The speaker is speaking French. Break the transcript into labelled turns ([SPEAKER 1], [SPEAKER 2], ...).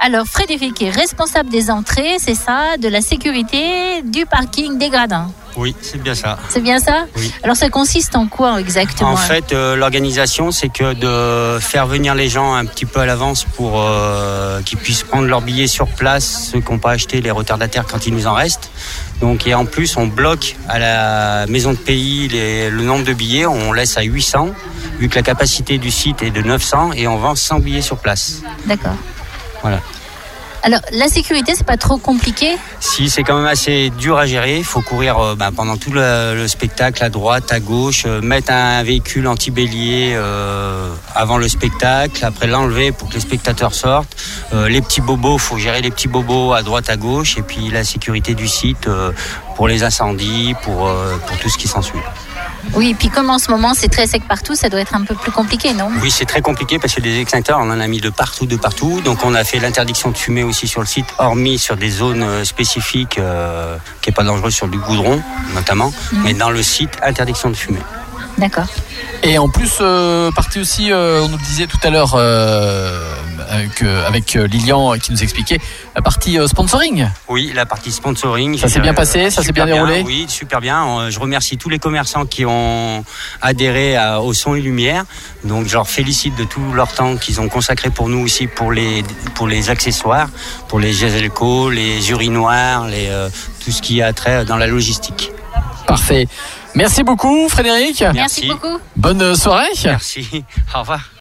[SPEAKER 1] Alors, Frédéric est responsable des entrées, c'est ça, de la sécurité, du parking, des gradins.
[SPEAKER 2] Oui, c'est bien ça.
[SPEAKER 1] C'est bien ça
[SPEAKER 2] Oui.
[SPEAKER 1] Alors, ça consiste en quoi exactement
[SPEAKER 2] En fait, euh, l'organisation, c'est que de faire venir les gens un petit peu à l'avance pour euh, qu'ils puissent prendre leurs billets sur place, ceux qui n'ont pas acheté les retardataires quand il nous en reste. Donc, et en plus, on bloque à la maison de pays les- le nombre de billets, on laisse à 800, vu que la capacité du site est de 900, et on vend 100 billets sur place.
[SPEAKER 1] D'accord.
[SPEAKER 2] Voilà.
[SPEAKER 1] Alors, la sécurité, c'est pas trop compliqué
[SPEAKER 2] Si, c'est quand même assez dur à gérer. Il faut courir euh, ben, pendant tout le, le spectacle, à droite, à gauche, euh, mettre un véhicule anti-bélier euh, avant le spectacle, après l'enlever pour que les spectateurs sortent. Euh, les petits bobos, faut gérer les petits bobos à droite, à gauche, et puis la sécurité du site euh, pour les incendies, pour, euh, pour tout ce qui s'ensuit.
[SPEAKER 1] Oui, et puis comme en ce moment, c'est très sec partout, ça doit être un peu plus compliqué, non
[SPEAKER 2] Oui, c'est très compliqué parce que des extincteurs, on en a mis de partout, de partout. Donc on a fait l'interdiction de fumer aussi sur le site, hormis sur des zones euh, spécifiques euh, qui n'est pas dangereux sur du goudron notamment, mais dans le site, interdiction de fumer.
[SPEAKER 1] D'accord.
[SPEAKER 3] Et en plus, euh, partie aussi, euh, on nous disait tout à l'heure euh, avec, euh, avec euh, Lilian euh, qui nous expliquait la partie euh, sponsoring.
[SPEAKER 2] Oui, la partie sponsoring.
[SPEAKER 3] Ça
[SPEAKER 2] je
[SPEAKER 3] s'est bien
[SPEAKER 2] dirais,
[SPEAKER 3] passé,
[SPEAKER 2] euh,
[SPEAKER 3] ça s'est
[SPEAKER 2] super
[SPEAKER 3] bien déroulé
[SPEAKER 2] Oui, super bien. Euh, Je remercie tous les commerçants qui ont adhéré à- au son et lumière. Donc, je leur félicite de tout leur temps qu'ils ont consacré pour nous aussi pour les pour les accessoires, pour les Geselco, les urinoirs, les euh, tout ce qui a trait dans la logistique.
[SPEAKER 3] Parfait. Merci beaucoup, Frédéric.
[SPEAKER 1] Merci,
[SPEAKER 2] Merci.
[SPEAKER 1] beaucoup.
[SPEAKER 3] Bonne euh, soirée.
[SPEAKER 2] Merci. Au revoir.